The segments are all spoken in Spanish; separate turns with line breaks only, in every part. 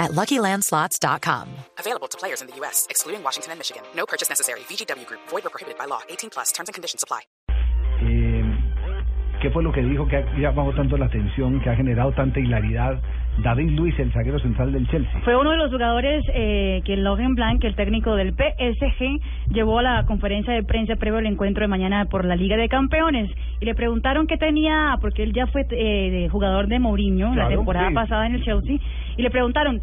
at luckylandslots.com.
Available to players in the U.S., excluding Washington and Michigan. No purchase necessary. VGW Group, void or prohibited by law. 18 plus terms and conditions apply.
Eh, ¿Qué fue lo que dijo que ha llamado tanto la atención, que ha generado tanta hilaridad? David Luis, el zaguero central del Chelsea.
Fue uno de los jugadores eh, que Logan Blanc, el técnico del PSG, llevó a la conferencia de prensa previo al encuentro de mañana por la Liga de Campeones. Y le preguntaron qué tenía, porque él ya fue eh, jugador de Mourinho la
Claro,
temporada
sí.
pasada en el Chelsea. Y le preguntaron,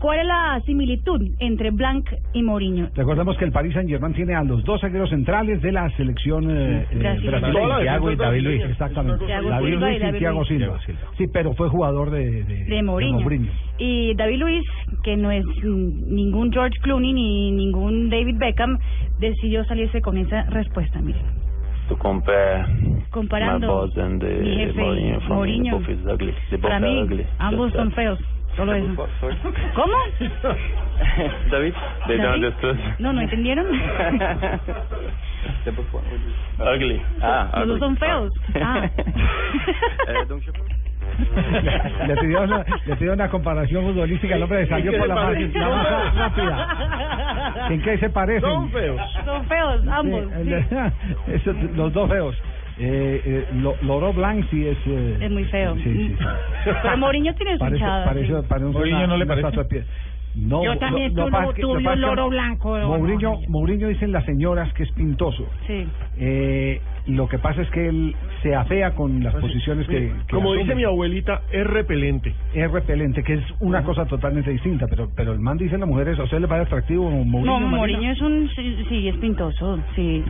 ¿cuál es la similitud entre Blanc y Mourinho?
Recordemos que el Paris Saint Germain tiene a los dos zagueros centrales de la selección eh, eh,
Brasil.
brasileña,
Toda la
Thiago y
defensa
David Luis.
brasileña.
Exactamente.
Thiago
David
Silva y
Luis y
David
Thiago
Luis.
Silva.
Thiago Silva.
Sí, pero fue jugador de, de,
de Mourinho.
de Mourinho.
Y David Luis, que no es mm, ningún George Clooney ni ningún David Beckham, decidió salirse con esa respuesta. Miren.
to compare
comparando
my boss and uh,
mi jefe y
Mourinho from
Mourinho.
both is ugly. They both
Para
are
mí,
ugly.
ambos
Just
son
that.
feos. Solo eso. ¿Cómo?
David, they don't
¿David?
understand.
No, ¿no entendieron?
ugly. Ah,
Los dos
ugly.
son feos. Ah.
Eh, don't you-
Le pidió, una, le pidió una comparación futbolística, el hombre le salió por la margen. La más rápida. ¿En qué se parecen?
Son feos.
Son feos, ambos.
Sí,
sí.
el- esos- los dos feos. Eh, eh, lo- Loro Blanc sí es... eh,
Es muy feo.
Sí, sí, sí.
Pero Mourinho tiene su
Parece,
hinchada,
parece,
sí.
parece
Mourinho
una-
no le
una
parece.
estatua de piedra. No,
Yo también tuve
pasa es que-
tuve
pasa
un
es que
loro blanco, don
Mourinho,
Jorge.
Mourinho dicen las señoras que es pintoso.
Sí.
Eh, lo que pasa es que él se afea con las posiciones que, que
Ah, Como
asume.
dice mi abuelita, es repelente.
es repelente, que es una cosa totalmente distinta, pero pero el man dice las mujeres, ¿a usted le parece atractivo Mourinho?
No, Mourinho es un... Sí, sí, es pintoso. Sí.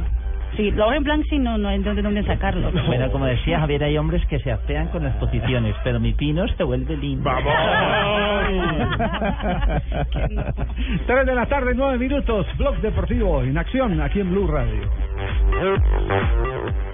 Sí, Lauren Blanc sí, no, no hay dónde, dónde sacarlo.
Bueno, como decía Javier, hay hombres que se afean con las posiciones, pero mi pinos te vuelve lindo.
Qué no.
Tres de la tarde, nueve minutos, Blog Deportivo en acción aquí en Blue Radio.